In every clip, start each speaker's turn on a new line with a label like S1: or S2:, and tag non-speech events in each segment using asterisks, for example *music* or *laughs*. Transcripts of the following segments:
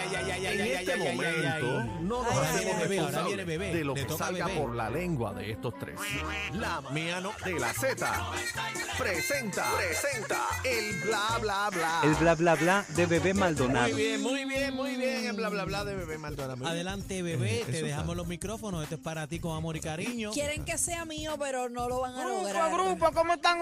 S1: ay, ay,
S2: en
S1: ay,
S2: este
S1: ay, ay, ay,
S2: momento
S1: ay.
S2: no nos
S1: Ahora
S2: hacemos
S1: viene bebé, ahora
S2: responsables
S1: viene bebé.
S2: de lo
S1: Le
S2: que
S1: toca
S2: salga
S1: bebé.
S2: por la lengua de estos tres. La mía no de la Z presenta, presenta el bla bla bla.
S3: El bla bla bla de bebé Maldonado.
S2: Muy bien, muy bien, muy bien. El bla bla bla de bebé Maldonado. Muy bien. Eh,
S1: Adelante, bebé, te dejamos los micrófonos. Esto es para ti con amor y cariño.
S4: Quieren que sea mío, pero no lo van a
S5: Grupo,
S4: lograr.
S5: grupo, ¿cómo están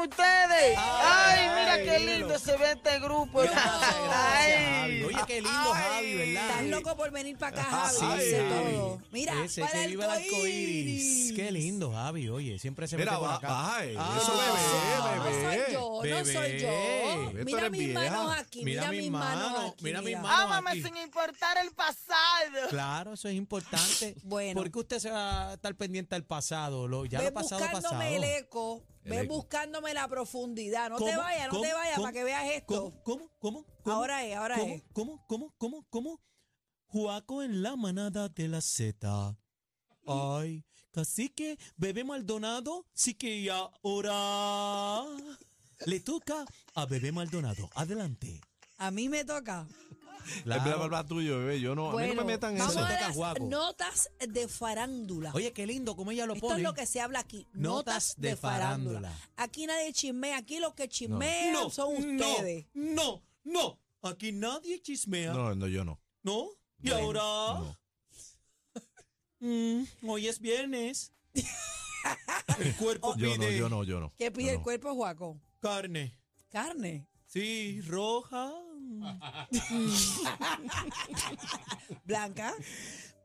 S1: Ay,
S5: ustedes? Ay, mira
S1: ay,
S5: qué
S1: dímelo.
S5: lindo se ve este grupo.
S4: Gracias,
S1: Gracias, Javi.
S5: Ay,
S1: Oye, qué lindo,
S5: Ay.
S1: Javi,
S4: Estás
S1: ¿verdad?
S4: loco por venir para acá,
S1: Ah,
S4: Javi.
S1: sí,
S4: dice
S1: Javi.
S4: todo. Mira,
S1: Ese
S4: para
S1: que
S4: el
S1: viva el arcoíris.
S4: arcoíris.
S1: Qué lindo, Javi, oye, siempre se
S2: Mira,
S1: mete por
S2: ba-
S1: acá. Ah,
S2: baja eso, bebé, bebé.
S4: No soy yo, no
S1: Bebé.
S4: soy
S1: Bebé,
S4: yo.
S2: tú
S4: Mira
S2: eres
S4: mis
S2: vieja.
S4: manos aquí, mira, mis manos, aquí,
S1: mira mis manos.
S5: ámame
S1: aquí.
S5: sin importar el pasado.
S1: Claro, eso es importante.
S4: Bueno.
S1: ¿Por qué usted se va a estar pendiente al pasado? Lo- ya
S4: Ve
S1: lo pasado,
S4: buscándome
S1: pasado.
S4: el eco,
S2: El
S4: ve
S2: eco.
S4: buscándome la profundidad. No te
S1: ¿Cómo?
S4: vayas, no
S1: ¿Cómo?
S4: te vayas
S1: ¿Cómo?
S4: para que veas esto.
S1: ¿Cómo? ¿Cómo? ¿Cómo? ¿Cómo?
S4: Ahora es, ahora
S1: ¿Cómo?
S4: es.
S1: ¿Cómo? ¿Cómo? ¿Cómo? ¿Cómo? Juaco en la manada de la Z. Ay, cacique, bebé Maldonado, sí que ya ahora le toca a bebé Maldonado. Adelante.
S4: A mí me toca.
S2: El bla bla bla tuyo, bebé. Yo no, a mí no
S4: Bueno,
S2: me metan en
S4: vamos
S2: eso.
S4: a
S1: Toca
S4: las
S1: guapo.
S4: notas de farándula.
S1: Oye, qué lindo como ella lo
S4: Esto
S1: pone.
S4: es lo que se habla aquí.
S1: Notas
S4: Notas,
S1: de
S4: de, farándula.
S1: farándula.
S4: Aquí nadie chismea. Aquí los que chismean son ustedes.
S1: No, no, no. Aquí nadie chismea.
S2: No, no, yo no.
S1: ¿No? ¿Y ahora?
S2: Bueno, no.
S1: Mm, hoy es viernes. El *laughs* cuerpo
S2: Yo no,
S1: pide
S2: yo no, yo no.
S4: ¿Qué pide
S2: Yo
S4: el
S2: no.
S4: cuerpo, Juaco?
S1: carne.
S4: Carne.
S1: Sí, roja. Mm,
S4: Blanca.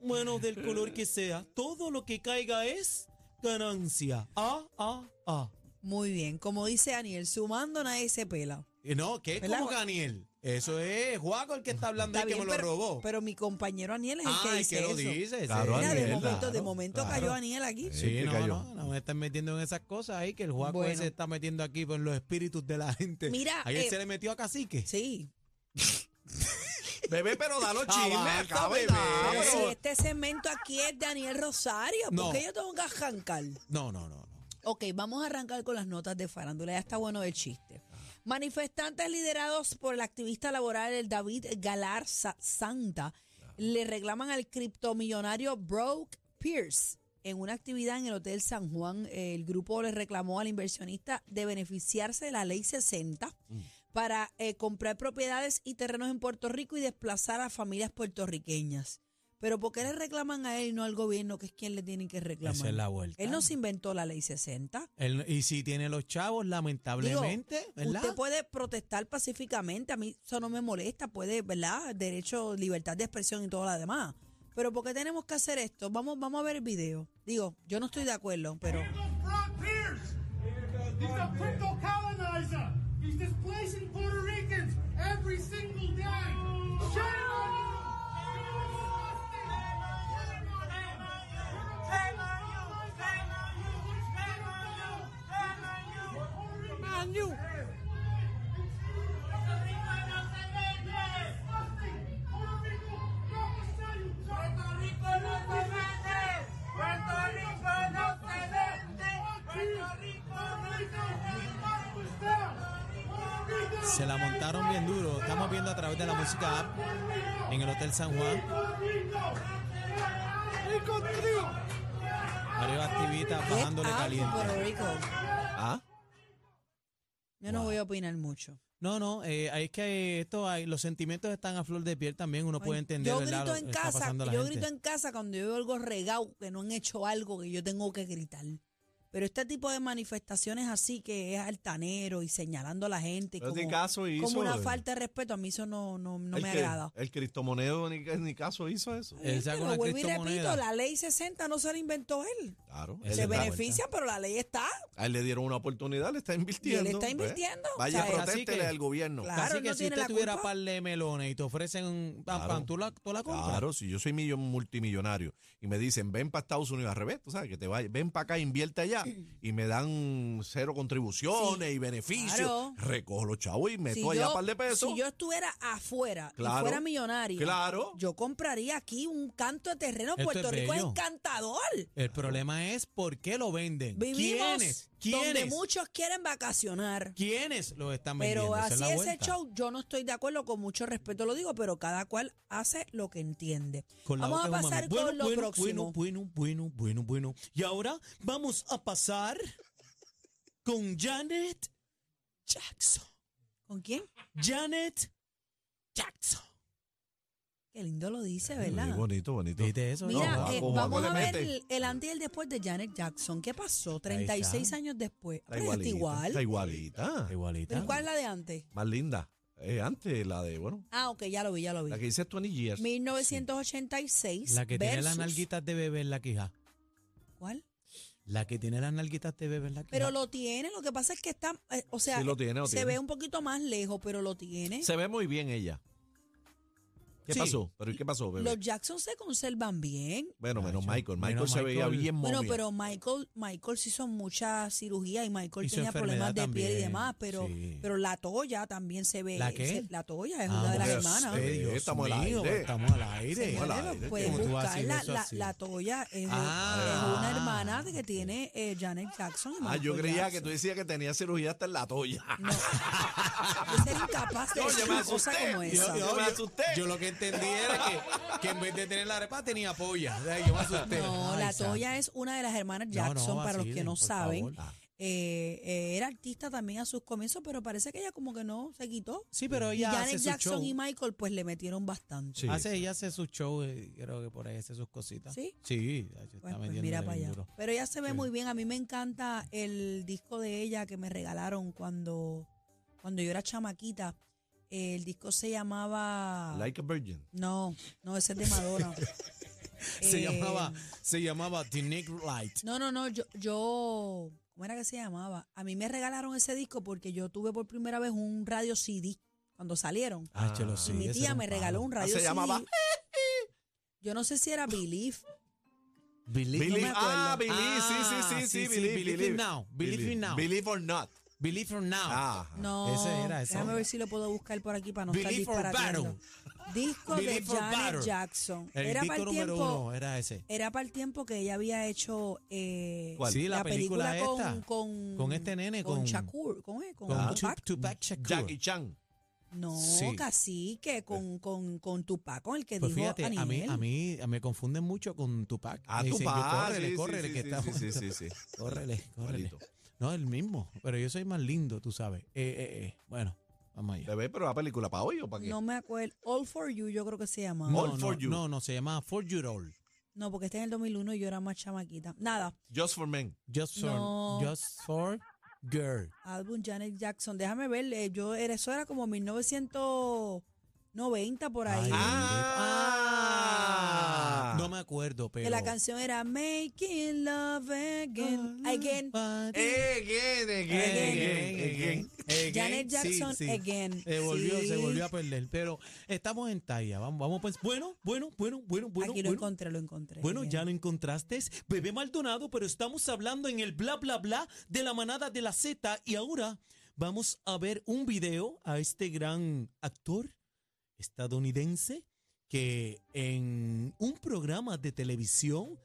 S1: Bueno, del color que sea. Todo lo que caiga es ganancia. Ah, ah, ah.
S4: Muy bien. Como dice Aniel, sumando nadie se pela.
S1: Eh, No, que es
S4: ¿Verdad?
S1: como Daniel. Eso es Juaco el que está hablando
S4: Está
S1: y que
S4: bien,
S1: me lo
S4: pero,
S1: robó.
S4: pero mi compañero Aniel es el que
S1: ah, es
S4: dice
S1: que lo
S4: eso.
S1: dice. ese
S2: Claro,
S1: es.
S4: Mira, de
S2: Aniel,
S4: momento, de
S2: claro,
S4: momento cayó Aniel aquí.
S2: Sí,
S1: Sí,
S2: que
S1: no,
S2: cayó.
S1: no, no me están metiendo en esas cosas ahí que el Juaco
S4: Bueno.
S1: se está metiendo aquí con los espíritus de la gente.
S4: Mira,
S1: Ayer
S4: eh,
S1: se le metió a Cacique.
S4: Sí.
S2: Bebé, pero da
S4: *laughs*
S2: los
S1: Ah,
S2: chismes
S1: basta,
S2: acá,
S1: bebé.
S2: bebé.
S4: Pero
S1: Ah, Pero-
S4: si este segmento aquí es de Daniel Rosario, ¿por
S1: No.
S4: qué yo tengo que arrancar?
S1: No, no, no. no.
S4: Ok, vamos a arrancar con las notas de farándula. Ya está bueno el chiste. Manifestantes liderados por el activista laboral el David Galarza Santa le reclaman al criptomillonario Brooke Pierce. En una actividad en el Hotel San Juan, el grupo le reclamó al inversionista de beneficiarse de la Ley 60
S1: Mm.
S4: para eh, comprar propiedades y terrenos en Puerto Rico y desplazar a familias puertorriqueñas. Pero ¿por qué le reclaman a él y no al gobierno, que es quien le tienen que reclamar?
S1: Esa es la vuelta.
S4: Él no se inventó la ley 60.
S1: Él- y si tiene los chavos,
S4: Digo,
S1: lamentablemente, ¿verdad?
S4: Usted puede protestar pacíficamente, a mí eso no me molesta, puede, ¿verdad? Derecho, libertad de expresión y todo lo demás. Pero ¿por qué tenemos que hacer esto? Vamos, vamos a ver el video. Digo, yo no estoy de acuerdo, pero...
S6: goes Brock Pierce. He's a crypto colonizer. He's displacing Puerto Ricans every single day. Shut him up. Shut him up. Shame on you. Shame on you. Shame on you. Shame on you. Puerto Rico no se vende. Puerto Rico no se vende. Puerto Rico no se vende.
S1: Se la montaron bien duro. Estamos viendo a través de la música app en el Hotel San Juan.
S6: Y contigo.
S1: Arriba activita,
S4: Get
S1: bajándole
S4: out, Puerto
S1: caliente.
S4: Rico.
S2: Ah,
S4: Yo no voy a opinar mucho.
S1: No, no, eh, es que esto, hay, los sentimientos están a flor de piel también. Uno puede entender,
S4: yo
S1: ¿verdad?
S4: grito
S1: lo
S4: en
S1: que está
S4: casa,
S1: pasando a la
S4: yo
S1: gente.
S4: grito en casa cuando yo veo algo regado, que no han hecho algo que yo tengo que gritar. Pero este tipo de manifestaciones así que es altanero y señalando a la gente y
S2: Pero
S4: como,
S2: ni caso hizo,
S4: como una
S2: eh.
S4: falta de respeto, a mí eso no, no, no
S2: el
S4: me Eh,
S2: que-
S4: agrada.
S2: El cristomoneo ni, ni caso hizo eso.
S1: Él saca
S4: Pero
S1: una
S4: vuelvo y repito,
S1: criptomoneda.
S4: la ley 60 no se la inventó él.
S2: Claro.
S1: Él
S2: él
S1: le
S4: Se
S2: está-
S1: da
S4: beneficia, pero la ley está.
S2: A él le dieron una oportunidad, le está invirtiendo.
S4: Y él está
S2: ¿ves?
S4: invirtiendo,
S2: Vaya,
S4: o sea,
S2: protéstele
S1: así que-
S2: al gobierno.
S4: Claro,
S1: Así que
S4: no
S1: si
S4: tiene
S1: usted
S4: la
S1: tuviera
S4: culpa.
S1: par de melones y te ofrecen un pan,
S2: Claro.
S1: pan, tú la, tú la compras.
S2: Claro, si yo soy millo- multimillonario y me dicen, ven para Estados Unidos al revés, tú sabes, que te vayas, ven para acá, invierte allá y me dan cero contribuciones y beneficios,
S4: Claro.
S2: recojo los chavos y meto
S4: Si
S2: allá
S4: yo-
S2: un par de pesos.
S4: Si yo estuviera afuera
S2: Claro,
S4: y fuera millonario,
S2: claro.
S4: yo compraría aquí un canto de terreno.
S1: Esto
S4: Puerto
S1: es
S4: Rico es
S1: bello.
S4: encantador.
S1: El problema es por qué lo venden.
S4: Vivimos,
S1: ¿Quiénes?
S4: donde
S1: ¿Quiénes?
S4: muchos quieren vacacionar.
S1: ¿Quiénes los están vendiendo?
S4: Pero
S1: Esa es
S4: así
S1: la
S4: es el
S1: vuelta.
S4: show. Yo no estoy de acuerdo, con mucho respeto lo digo, pero cada cual hace lo que entiende.
S1: Con la
S4: Vamos a
S1: boca de un
S4: pasar
S1: mami. Bueno,
S4: con lo
S1: bueno,
S4: próximo.
S1: Bueno, bueno, bueno, bueno, bueno. Y ahora vamos a pasar con Janet Jackson.
S4: ¿Con quién?
S1: Janet Jackson.
S4: Qué lindo lo dice,
S2: Muy
S4: ¿verdad?
S2: bonito, bonito.
S1: ¿Viste eso?
S4: Mira,
S2: No,
S4: eh,
S2: Juaco, Juaco
S4: vamos
S2: le
S4: a ver
S2: mete.
S4: el, el antes y el después de Janet Jackson. ¿Qué pasó? 36
S1: está.
S4: años después.
S2: Está
S4: Pero ya está
S2: igualita.
S4: igual.
S2: Está igualita.
S1: Igualita.
S4: ¿Pero cuál es la de antes?
S2: Más linda. Eh, antes la de, bueno,
S4: Ah, ok, ya lo vi, ya lo vi.
S2: la que dice 20 years.
S4: 1986.
S1: La que tiene las
S4: versus-
S1: nalguitas de bebé en la quija.
S4: ¿Cuál?
S1: La que tiene las nalguitas de bebé en la quija.
S4: Pero lo tiene, lo que pasa es que está, eh, o sea,
S2: Sí, lo tiene, lo
S4: se
S2: tiene.
S4: ve un poquito más lejos, pero lo tiene.
S2: Se ve muy bien ella. ¿Qué
S1: Sí.
S2: pasó? ¿Pero ¿y qué pasó, bebé?
S4: Los Jackson se conservan bien.
S2: Bueno, menos
S1: Nacho,
S2: Michael. Michael
S1: menos
S2: se veía
S1: Michael.
S2: bien
S4: Bueno,
S2: momia.
S4: pero Michael, Michael se hizo mucha cirugía y Michael
S1: Hizo
S4: tenía problemas de
S1: enfermedad
S4: piel y
S1: también,
S4: demás, pero,
S1: sí.
S4: pero la toya también se ve.
S1: ¿La qué?
S4: se- la toya es
S1: Ah,
S4: una de las
S1: mujer,
S4: hermanas.
S1: sí,
S2: Eh,
S1: Dios
S2: estamos al
S1: mío,
S2: aire.
S1: Estamos al aire.
S2: Estamos al
S4: Señores,
S2: aire,
S4: pueden
S2: ¿cómo
S1: eh, tú vas a
S4: buscar
S1: decir
S4: la,
S1: eso
S4: la-
S1: así?
S4: la toya es,
S1: Ah.
S4: es una hermana de que tiene eh, Janet Jackson. y
S2: Ah, yo
S4: Michael
S2: creía que
S4: Jackson.
S2: tú decías que tenía cirugía hasta en la toya.
S1: *laughs*
S4: Yo sería incapaz de
S2: No,
S4: decir
S2: yo me
S4: una cosa
S2: asusté.
S4: como
S2: Yo-
S4: esa.
S2: yo- me asusté.
S1: yo lo que entendí era que, que en vez de tener la arepa tenía polla. O sea, yo me asusté.
S4: No,
S1: Ay,
S4: la
S1: santo.
S4: Toya es una de las hermanas
S1: No, no,
S4: Jackson, para los que
S1: vacilen,
S4: no
S1: por
S4: saben.
S1: favor.
S4: Eh, eh, era artista también a sus comienzos, pero parece que ella como que no se quitó.
S1: Sí, pero
S4: Y
S1: ella hace
S4: Janet
S1: su
S4: Jackson
S1: show.
S4: y Michael pues le metieron bastante.
S2: *laughs* Sí.
S1: hace, ella hace su show, eh, creo que por ahí hace sus cositas.
S4: ¿Sí?
S1: Sí, ya se está
S4: Bueno, pues
S1: metiéndole
S4: mira para
S1: bien
S4: allá.
S1: duro.
S4: Pero ella se ve
S1: Sí.
S4: muy bien. A mí me encanta el disco de ella que me regalaron cuando, cuando yo era chamaquita. El disco se llamaba...
S2: Like a virgin.
S4: No, no, ese es de Madonna.
S1: *laughs* Se
S4: Eh,
S1: llamaba, se llamaba The Nick Light.
S4: No, no, no, yo, yo, ¿cómo era que se llamaba? A mí me regalaron ese disco porque yo tuve por primera vez un radio CD cuando salieron.
S1: Ah, chelo, sí,
S4: y mi
S1: ese era
S4: tía
S1: un
S4: me
S1: palo. Ah,
S4: regaló un radio
S2: se
S4: CD.
S2: llamaba-
S4: *laughs* Yo no sé si era Believe.
S1: Believe,
S2: Believe-
S1: no me acuerdo.
S2: ah, Believe,
S1: Ah,
S2: sí, sí, sí, sí, Believe,
S1: believe,
S2: believe.
S1: it now, believe, it now, Ah. believe,
S2: Believe or not. Ah.
S1: it now.
S2: Ajá.
S4: No.
S1: Ese era, ese
S4: Déjame
S1: era.
S4: ver si lo puedo buscar por aquí para no
S1: Believe or
S4: estar disparateando. Disco de
S1: Believe or
S4: Janet
S1: Battle.
S4: Jackson.
S1: El
S4: era
S1: disco
S4: para el
S1: número
S4: tiempo.
S1: uno ¿eh? era ese.
S4: Era para el tiempo que ella había hecho eh,
S2: ¿Cuál?
S1: Sí, la película
S4: con,
S1: esta.
S4: con
S1: Con este nene,
S4: con
S1: con-
S4: Shakur, con, eh, con
S1: Con
S4: Tupac.
S1: Tup- Tupac Shakur.
S2: Jackie Chan.
S4: No,
S1: Sí.
S4: cacique, con, con, con Tupac, con el que
S1: Pues
S4: dijo
S1: fíjate, a mí,
S4: Aniel.
S1: a mí me confunden mucho con Tupac.
S2: Ah,
S1: Me
S2: tu
S1: dicen, yo, Córrele,
S2: sí,
S1: córrele,
S2: sí,
S1: que
S2: sí,
S1: está
S2: sí, sí, sí, sí.
S1: *laughs* Córrele, córrele.
S2: Igualito.
S1: No, el mismo, pero yo soy más lindo, tú sabes. Eh, eh, eh. Bueno, vamos allá.
S2: Bebé, pero la película para hoy o para qué?
S4: No me acuerdo. All for You, yo creo que se llamaba.
S2: All
S1: No,
S2: for
S1: no,
S2: you.
S1: no, no, se llama For You All.
S4: No, porque este es el 2001 y yo era más chamaquita. Nada,
S2: Just for men.
S1: Just for,
S4: No.
S1: just for Girl.
S4: álbum Janet Jackson. Déjame ver, eh, yo era, eso era como 1990 por ahí.
S1: Ay,
S2: Ah.
S1: No me acuerdo, pero.
S4: que la canción era Making Love
S1: Ah,
S4: Again. Again.
S1: Eh,
S2: Again, Eh, again, again, again.
S1: Again,
S4: Janet Jackson,
S1: sí, sí.
S4: Again.
S1: Se volvió,
S4: Sí.
S1: se volvió a perder. Pero estamos en talla. Vamos, vamos pues. Bueno, bueno, bueno, bueno, bueno.
S4: Aquí lo
S1: bueno.
S4: encontré, lo encontré.
S1: Bueno,
S4: Again.
S1: ya lo encontraste, bebé Maldonado, pero estamos hablando en el bla bla bla de la manada de la Z y ahora vamos a ver un video a este gran actor estadounidense que en un programa de televisión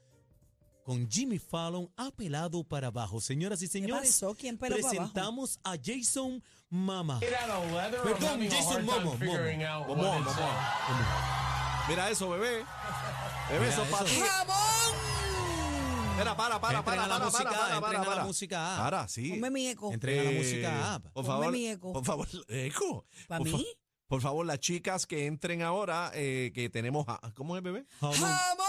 S1: con Jimmy Fallon ha pelado para abajo. Señoras y
S4: ¿Qué
S1: señores,
S4: pasó? ¿Quién peló para abajo?
S1: presentamos a Jason Mama.
S7: Perdón,
S1: Perdón, Jason Momo, Momo.
S2: Vamos, vamos, vamos. Mira eso, bebé. Bebé, eso es para ti.
S1: eso.
S4: ¡Jamón!
S2: Espera, para, para,
S1: Entrega
S2: para, para,
S1: la
S2: para,
S1: música,
S2: para, para,
S1: entrega la
S2: para.
S1: música.
S2: Para, sí.
S4: Ponme mi eco.
S1: Entrega
S2: Eh,
S1: la música. ah.
S2: Por
S4: Ponme
S2: favor,
S4: mi eco.
S2: por favor, eco.
S4: ¿Pa'
S2: Por fa-
S4: mí?
S2: Por favor, las chicas que entren ahora, eh, que tenemos, a- ¿cómo es, bebé?
S1: Jamón.
S4: ¡Jamón!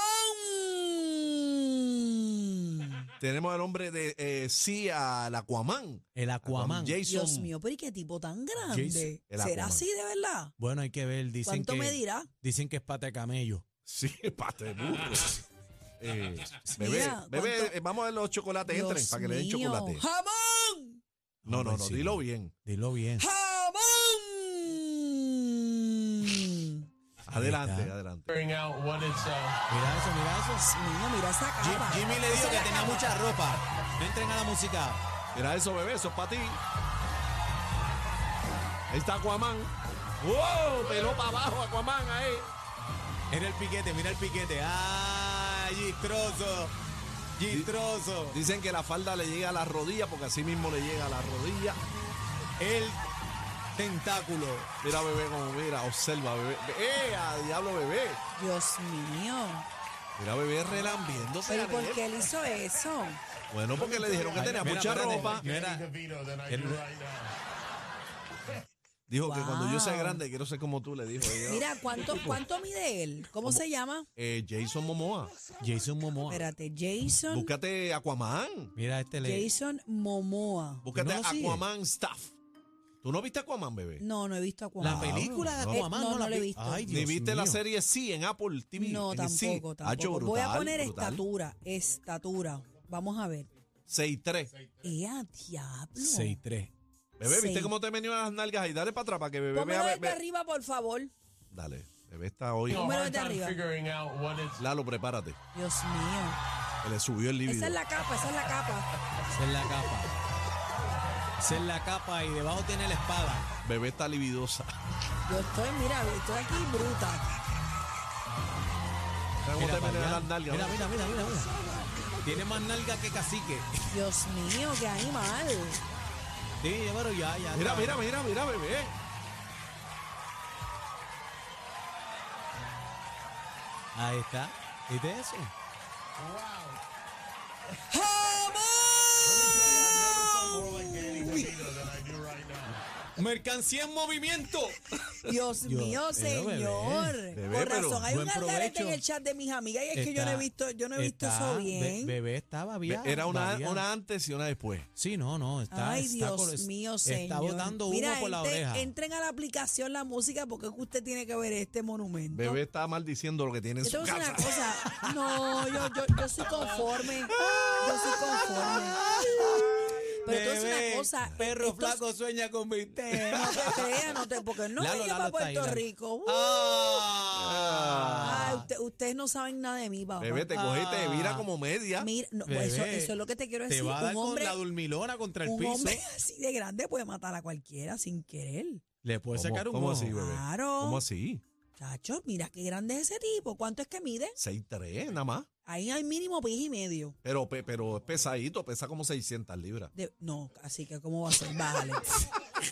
S2: Tenemos al hombre de eh, sí al Aquaman.
S1: El Aquaman.
S2: Jason.
S4: Dios mío, pero ¿y qué tipo tan
S2: Jason,
S4: grande?
S2: el
S4: ¿Será
S2: Aquaman.
S4: así de verdad?
S1: Bueno, hay que ver, dicen
S4: ¿Cuánto
S1: que
S4: me dirá?
S1: dicen que es pata de camello.
S2: Sí, *laughs* pata
S1: *laughs*
S2: de burro. Eh, bebé,
S4: Mira,
S2: bebé,
S4: cuánto-
S2: eh, vamos a ver los chocolates,
S4: Dios
S2: entren para que le den
S4: mío.
S2: chocolate.
S4: ¡Jamón!
S2: No, no, no,
S1: Hombre, Pues sí.
S2: dilo bien.
S1: Dilo bien.
S4: ¡Ah! ¡Jamón!
S2: Adelante,
S1: está.
S2: adelante.
S1: Mira eso, mira eso.
S4: Dios mío, mira esa cara.
S1: Jimmy le dijo que tenía mucha ropa. No entren a la música.
S2: Mira eso, bebé, eso es para ti. Ahí está Aquaman. ¡Wow! Peló para abajo Aquaman ahí.
S1: Mira el piquete, mira el piquete. ¡Ah, gistroso! Gitroso.
S2: Dicen que la falda le llega a las rodillas porque así mismo le llega a las rodillas.
S1: El tentáculo.
S2: Mira, bebé, como mira, observa, bebé. ¡Eh, a diablo, bebé!
S4: Dios mío.
S2: Mira, bebé relambiéndose.
S4: ¿Pero
S2: a
S4: por
S2: Nel.
S4: qué él hizo eso?
S2: Bueno, porque le dijeron que tenía
S1: Mira,
S2: mucha
S1: espérate,
S2: ropa.
S1: mira. El-
S2: Dijo que
S4: Wow.
S2: cuando yo sea grande quiero ser como tú, le dijo ella.
S4: Mira, ¿cuánto, cuánto mide él? ¿Cómo se llama?
S2: Eh, Jason Momoa.
S1: Jason Momoa.
S4: Espérate, Jason,
S2: Búscate Aquaman.
S1: Mira, este le.
S4: Jason Momoa.
S2: Búscate
S1: ¿No lo sigue?
S2: Aquaman Staff. ¿Tú no viste Aquaman, bebé?
S4: No, no he visto a
S1: La
S4: Aquaman.
S1: película de
S2: no.
S1: Aquaman
S4: Eh, no,
S1: no, la
S4: no la he
S1: vi-
S4: visto.
S1: Ay,
S2: Ni
S1: Dios
S2: viste la
S1: mío.
S2: serie sí en Apple TV.
S4: No,
S2: en
S4: tampoco,
S2: sí. Ha hecho
S4: tampoco. Voy a
S2: brutal,
S4: poner
S2: brutal.
S4: estatura, estatura. Vamos a ver.
S2: 6'3.
S4: ¡Ea, diablo!
S1: 6-3.
S2: Bebé, ¿viste
S4: Seis.
S2: cómo te venían las nalgas? Y dale para atrás para que bebé
S4: Pónmelo
S2: vea.
S4: desde
S2: bebé.
S4: arriba, por favor.
S2: Dale, bebé está hoy.
S4: No. Número de arriba.
S6: figuring out what it's
S2: Lalo, prepárate.
S4: Dios mío.
S2: que le subió el libido.
S4: Esa es la capa, esa es la capa.
S1: Esa es la capa. Esa es la capa y debajo tiene la espada.
S2: Bebé está libidosa. *laughs*
S4: Yo estoy, mira, estoy aquí bruta.
S2: Mira cómo te
S1: para
S2: venían
S1: allá.
S2: las nalgas.
S1: mira, mira, mira, mira, mira. Tiene más nalga que cacique. *laughs*
S4: Dios mío, qué animal.
S1: Sí, pero ya, ya.
S2: Mira,
S1: está.
S2: mira, mira, mira, bebé.
S1: Ahí está. ¿Viste eso? Mercancía en movimiento. Dios,
S4: Dios mío,
S1: pero bebé,
S4: señor.
S2: bebé,
S4: Por
S2: pero
S4: razón, hay
S1: buen
S4: un algarete
S1: provecho.
S4: en el chat de mis amigas y es que yo no
S1: Está-
S4: he visto, yo no he visto
S1: está-
S4: eso
S1: be-
S4: bien.
S1: bebé estaba bien.
S2: Era una, una antes y una después.
S1: Sí, no, no. Está,
S4: Ay,
S1: está
S4: Dios
S1: col-
S4: mío,
S1: está
S4: señor.
S1: botando humo
S4: Mira, este,
S1: por la
S4: entren-
S1: oreja.
S4: Entren a la aplicación la música porque es que usted tiene que ver este monumento.
S2: Bebé está maldiciendo lo que tiene en
S4: Yo te
S2: su
S4: voy a decir una
S2: casa.
S1: *laughs*
S4: cosa. No, yo, yo, yo soy conforme. Yo soy conforme. Pero te voy a decir
S1: Bebé,
S4: una cosa.
S1: Perro
S4: estos-
S1: flaco sueña con mi
S4: No te creas, no te, porque no
S1: Lalo,
S4: me lleva
S1: Lalo
S4: a
S1: está ahí,
S4: Puerto
S1: Lalo.
S4: Rico. Uh,
S2: Ah.
S4: *laughs* ay, usted- ustedes no saben nada de mí, papá.
S2: *laughs* Bebé, te coge y te vira como media.
S4: Mira, no, pues
S1: Bebé,
S4: eso, eso es lo que te quiero decir.
S1: Te va a dar
S4: un
S1: con
S4: hombre,
S1: la dormilona contra el
S4: un
S1: piso.
S4: hombre *laughs* así de grande puede matar a cualquiera sin querer.
S1: Le puede
S2: ¿Cómo-
S1: sacar un
S2: cómo
S1: ojo.
S2: así, bebé?
S4: Claro.
S2: ¿Cómo así?
S4: Chacho, mira qué grande es ese tipo. ¿Cuánto es que mide?
S2: 6'3 nada más.
S4: Ahí hay mínimo pis y medio.
S2: Pero, pe- pero es pesadito, pesa como 600 libras.
S4: De- no, así que ¿cómo va a ser?
S1: *laughs*
S4: Bájale. *laughs*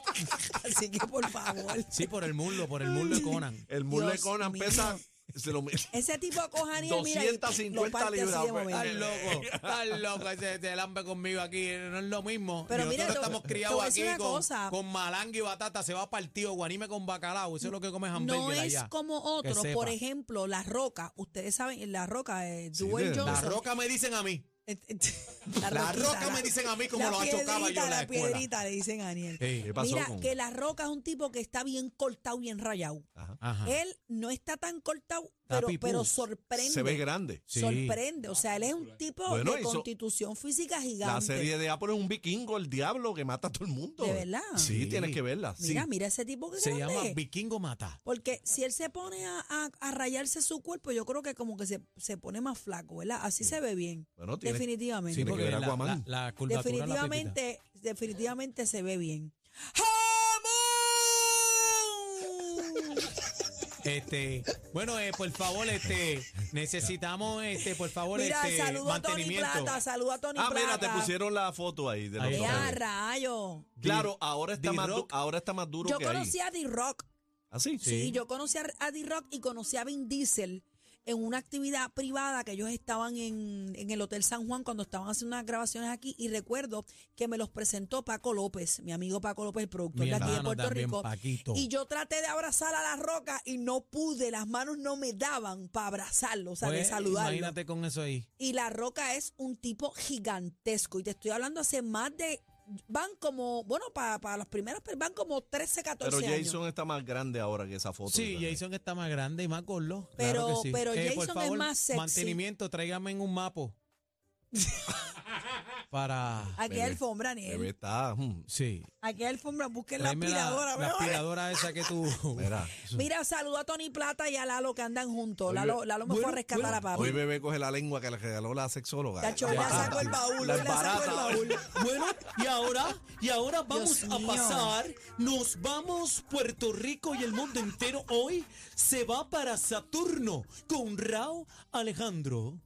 S4: así que por favor.
S1: Sí, por el muslo, por el muslo de Conan.
S2: El muslo de
S4: Dios
S2: Conan
S4: mío.
S2: pesa. Se lo, mide.
S4: Ese tipo coja a Daniel, mira, y lo
S2: 250
S4: parte así de
S2: libras.
S4: momento.
S1: Estás loco, estás loco ese, ese lambe conmigo aquí, no es lo mismo.
S4: Pero
S1: Nosotros
S4: mira, te-
S1: estamos
S4: te
S1: criados
S4: voy a decir
S1: aquí
S4: una
S1: con,
S4: cosa.
S1: con malanga y batata, se va partido, guanime con bacalao, eso es lo que come hamburguesa
S4: No es
S1: allá.
S4: como
S1: Que
S4: otros,
S1: sepa.
S4: por ejemplo, La Roca. Ustedes saben, en La Roca, eh,
S2: Sí,
S4: Dwayne
S2: de- La
S1: La
S4: Johnson. *laughs*
S1: roca me dicen a mí,
S4: Eh, eh,
S1: la
S4: Roquita,
S1: roca
S4: la-
S1: me dicen a mí como
S4: la
S1: lo achocaba yo
S4: piedrita,
S1: en la
S4: La
S1: escuela.
S4: piedrita le dicen a Daniel.
S1: Sí.
S2: ¿Qué pasó
S4: Mira,
S2: con-
S4: que La Roca es un tipo que está bien cortado, bien rayado.
S2: *laughs* Ajá.
S1: Ajá.
S4: Él no está tan cortado,
S1: Está
S4: pero,
S1: pipú.
S4: pero sorprende.
S2: Se ve grande.
S1: Sí.
S4: Sorprende. O sea, él es un tipo
S2: Bueno,
S4: de
S2: hizo-
S4: constitución física gigante.
S2: La serie de Apple es un vikingo, el diablo que mata a todo el mundo.
S4: ¿De verdad?
S2: Sí,
S1: Sí.
S2: tienes que verla. sí.
S4: Mira, mira ese tipo que
S1: Se
S4: grande
S1: llama
S4: es.
S1: Vikingo Mata.
S4: Porque si él se pone a, a- a rayarse su cuerpo, yo creo que como que se, se pone más flaco, ¿verdad? Así se ve bien.
S2: Bueno, tiene-
S4: definitivamente.
S2: tiene que ver
S1: la,
S2: Aquaman.
S1: la- la curvatura de la piedrita.
S4: definitivamente, definitivamente se ve bien.
S1: Este, bueno, eh, por favor, este, necesitamos, este, por favor,
S4: Mira,
S1: este,
S4: saludo a Tony
S1: mantenimiento.
S4: Plata, saludo a Tony
S2: Ah,
S4: Plata.
S2: mira, te pusieron la foto ahí de
S1: Ahí
S2: los
S4: ¡Eh,
S1: está.
S4: a
S2: ojos.
S4: rayo!
S2: Claro, ahora está, más, du-
S1: D-Rock.
S2: ahora está más duro
S4: Yo
S2: que ¿Ah, ahí.
S4: conocí a D-Rock.
S2: ¿Así?
S4: Sí. yo conocí a, a D-Rock y conocí a Vin Diesel en una actividad privada que ellos estaban en, en el Hotel San Juan cuando estaban haciendo unas grabaciones aquí y recuerdo que me los presentó Paco López, mi amigo Paco López, el productor
S1: Mi
S4: de aquí de
S1: hermano
S4: Puerto
S1: también,
S4: Rico.
S1: Paquito.
S4: Y yo traté de abrazar a la roca y no pude, las manos no me daban para abrazarlo, o sea, de
S1: Pues,
S4: saludarlo.
S1: Imagínate con eso ahí.
S4: Y la roca es un tipo gigantesco y te estoy hablando hace más de... Van como, bueno, para las primeras, pero van como 13, 14
S2: Pero
S4: años.
S2: Jason está más grande ahora que esa foto.
S1: Sí,
S2: ¿verdad?
S1: Jason está más grande y más gordo. claro que
S4: Pero-
S1: sí. Eh,
S4: pero
S1: por
S4: Jason es
S1: favor,
S4: más sexy.
S1: Mantenimiento, tráigame en un
S4: *laughs*
S1: mapo. Para.
S4: Aquí hay
S2: Bebé.
S4: alfombra, Aniel.
S2: Bebé está. mm,
S1: Sí.
S4: Aquí hay alfombra, busquen la
S1: tráeme
S4: aspiradora.
S1: la
S4: mejor.
S1: aspiradora esa que tú.
S2: *laughs* mira.
S4: Mira, saluda a Tony Plata y a Lalo que andan juntos.
S2: Oye,
S4: Lalo, Lalo me fue a rescatar a papi.
S2: Hoy bebé coge la lengua que le regaló la sexóloga.
S4: Tacho, hoy le
S2: barata.
S4: sacó el baúl,
S2: La
S4: hoy le sacó el
S2: barata.
S4: baúl.
S1: Bueno, y ahora, y ahora vamos
S4: Dios
S1: a
S4: mío.
S1: pasar. Nos vamos Puerto Rico y el mundo entero hoy se va para Saturno con Rao Alejandro.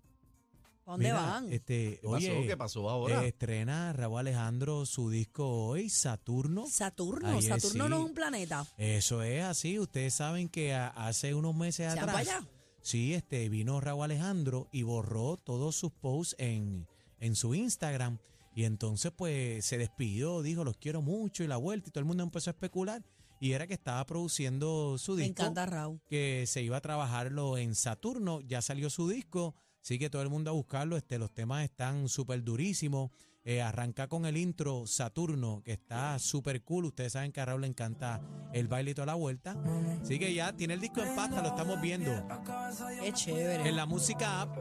S4: ¿Dónde
S1: Mira,
S4: van?
S1: Este,
S2: ¿Qué
S1: oye,
S2: pasó? ¿Qué pasó ahora?
S1: eh, estrena Raúl Alejandro su disco hoy, Saturno.
S4: Saturno,
S1: Ayer
S4: Saturno
S1: sí.
S4: no es un planeta.
S1: Eso es así. Ustedes saben que a- hace unos meses
S4: Se van
S1: atrás.
S4: para allá.
S1: Sí, este vino Raúl Alejandro y borró todos sus posts en, en su Instagram. Y entonces, pues, se despidió, dijo, los quiero mucho, y la vuelta, y todo el mundo empezó a especular. Y era que estaba produciendo su
S4: Me
S1: disco.
S4: encanta Raúl.
S1: que se iba a trabajarlo en Saturno. Ya salió su disco, así que todo el mundo a buscarlo. Este, los temas están súper durísimos. Eh, arranca con el intro Saturno, que está súper cool. Ustedes saben que a Raúl le encanta el bailito a la vuelta. Así que ya tiene el disco en pasta, lo estamos viendo
S4: Es chévere.
S1: en la música app.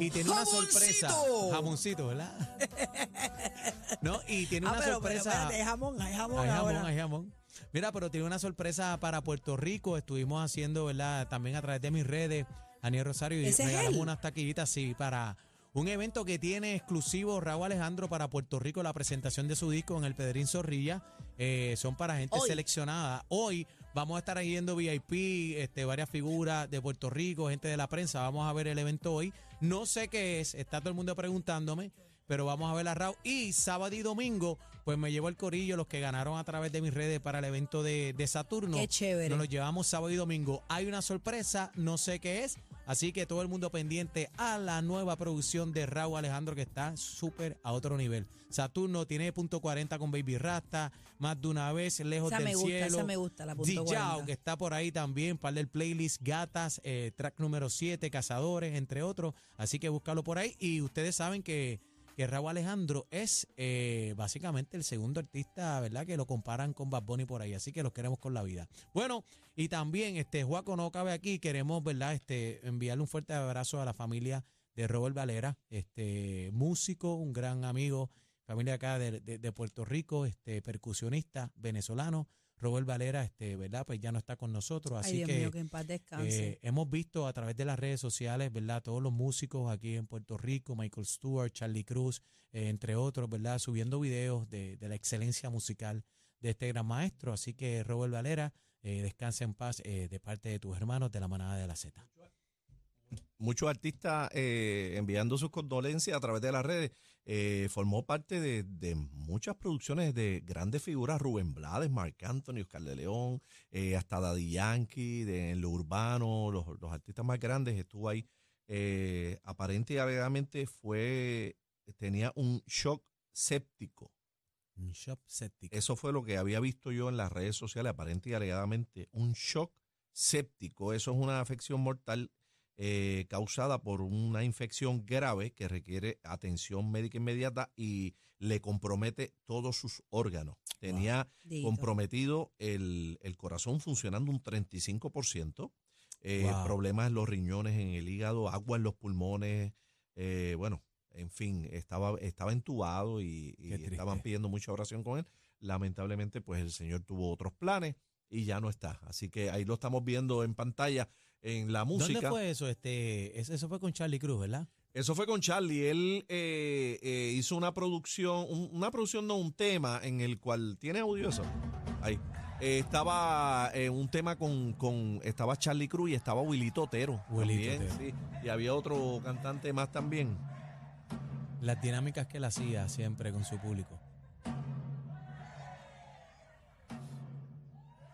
S1: Y tiene una sorpresa.
S4: ¡Jamoncito!
S1: Jamoncito, ¿verdad? *laughs* no, y tiene
S4: Ah,
S1: una
S4: pero, pero
S1: sorpresa.
S4: espérate, hay jamón, hay jamón
S1: Hay jamón,
S4: ahora.
S1: hay jamón. Mira, pero tiene una sorpresa para Puerto Rico. Estuvimos haciendo, ¿verdad? También a través de mis redes, Aniel Rosario, y
S4: ¿Ese es
S1: regalamos
S4: él?
S1: unas taquillitas, sí, para un evento que tiene exclusivo Raúl Alejandro para Puerto Rico, la presentación de su disco en el Pedrín Zorrilla. Eh, son para gente
S4: Hoy.
S1: seleccionada. Hoy vamos a estar ahí yendo VIP, este, varias figuras de Puerto Rico, gente de la prensa. Vamos a ver el evento hoy. No sé qué es, está todo el mundo preguntándome, pero vamos a ver a Raúl. Y sábado y domingo, pues me llevo el corillo, los que ganaron a través de mis redes para el evento de, de Saturno.
S4: Qué chévere.
S1: Nos lo llevamos sábado y domingo. Hay una sorpresa, no sé qué es. Así que todo el mundo pendiente a la nueva producción de Raúl Alejandro que está súper a otro nivel. Saturno tiene punto 40 con Baby Rasta, más de una vez, lejos
S4: Esa
S1: del
S4: me gusta,
S1: cielo.
S4: esa me gusta, la punto
S1: Dijao,
S4: 40.
S1: que está por ahí también, par del playlist, gatas, eh, track número 7, cazadores, entre otros. Así que búscalo por ahí. Y ustedes saben que, que Raúl Alejandro es eh, básicamente el segundo artista, ¿verdad? Que lo comparan con Bad Bunny por ahí. Así que los queremos con la vida. Bueno, y también, este, Juaco no cabe aquí. Queremos, ¿verdad? Este, enviarle un fuerte abrazo a la familia de Robert Valera, este, músico, un gran amigo, familia acá de, de- de Puerto Rico, este, percusionista venezolano. Robert Valera, este, ¿verdad? Pues ya no está con nosotros. Así
S4: Ay, Dios
S1: que
S4: mío, que en paz descanse.
S1: eh, hemos visto a través de las redes sociales, ¿verdad? Todos los músicos aquí en Puerto Rico, Michael Stewart, Charlie Cruz, eh, entre otros, ¿verdad? Subiendo videos de, de la excelencia musical de este gran maestro. Así que, Robert Valera, eh, descansa en paz eh, de parte de tus hermanos de la manada de la Z.
S2: muchos artistas eh, enviando sus condolencias a través de las redes. Eh, formó parte de, de muchas producciones de grandes figuras, Rubén Blades, Marc Anthony, Oscar de León, eh, hasta Daddy Yankee, de, en lo urbano, los, los artistas más grandes, estuvo ahí. Eh, aparente y alegadamente fue, tenía un shock séptico.
S1: Un shop séptico.
S2: Eso fue lo que había visto yo en las redes sociales, aparente y alegadamente. Un shock séptico. Eso es una afección mortal eh, causada por una infección grave que requiere atención médica inmediata y le compromete todos sus órganos. Tenía
S4: Dito.
S2: comprometido el, el corazón funcionando un 35%, eh,
S1: Wow.
S2: problemas en los riñones, en el hígado, agua en los pulmones, eh, bueno, en fin, estaba, estaba entubado y, y
S1: Qué triste.
S2: estaban pidiendo mucha oración con él. Lamentablemente, pues el señor tuvo otros planes y ya no está. Así que ahí lo estamos viendo en pantalla en la música.
S1: ¿Dónde fue eso? Este, es- eso fue con Charlie Cruz, ¿verdad?
S2: Eso fue con Charlie. Él eh, eh, hizo una producción, un- una producción no, un tema en el cual tiene audio eso. Ahí. Eh, estaba eh, un tema con, con- estaba Charlie Cruz y estaba Wilito Otero.
S1: Wilito
S2: también,
S1: Otero.
S2: sí. Y había otro cantante más también.
S1: Las dinámicas que él hacía siempre con su público.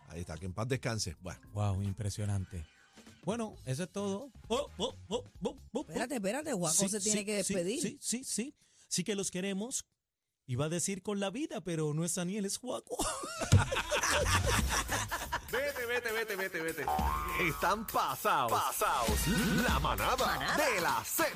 S2: Ahí está, que en paz descanse. Bueno,
S1: Wow, impresionante. Bueno, eso es todo. Oh, oh, oh, oh, oh, oh.
S4: Espérate, espérate, Juaco
S1: Sí,
S4: se tiene
S1: sí,
S4: que
S1: sí,
S4: despedir.
S1: Sí, sí, sí. Sí que los queremos. Iba a decir con la vida, pero no es Daniel, es Juaco.
S7: Vete, vete, vete, vete, vete. Están pasados. Pasados. La manada, de la Z.